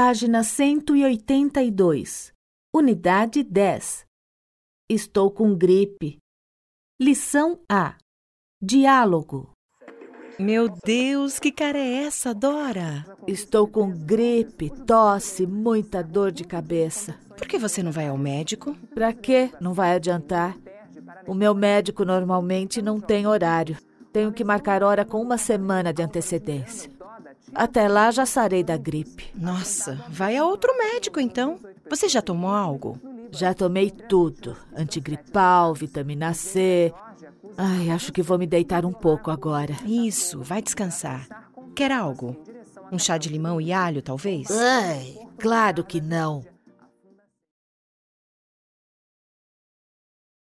Página 182, Unidade 10. Estou com gripe. Lição A. Diálogo. Meu Deus, que cara é essa, Dora? Estou com gripe, tosse, muita dor de cabeça. Por que você não vai ao médico? Pra quê? Não vai adiantar. O meu médico normalmente não tem horário. Tenho que marcar hora com uma semana de antecedência. Até lá já sarei da gripe. Nossa, vai a outro médico então. Você já tomou algo? Já tomei tudo: antigripal, vitamina C. Ai, acho que vou me deitar um pouco agora. Isso, vai descansar. Quer algo? Um chá de limão e alho, talvez? Ai, claro que não.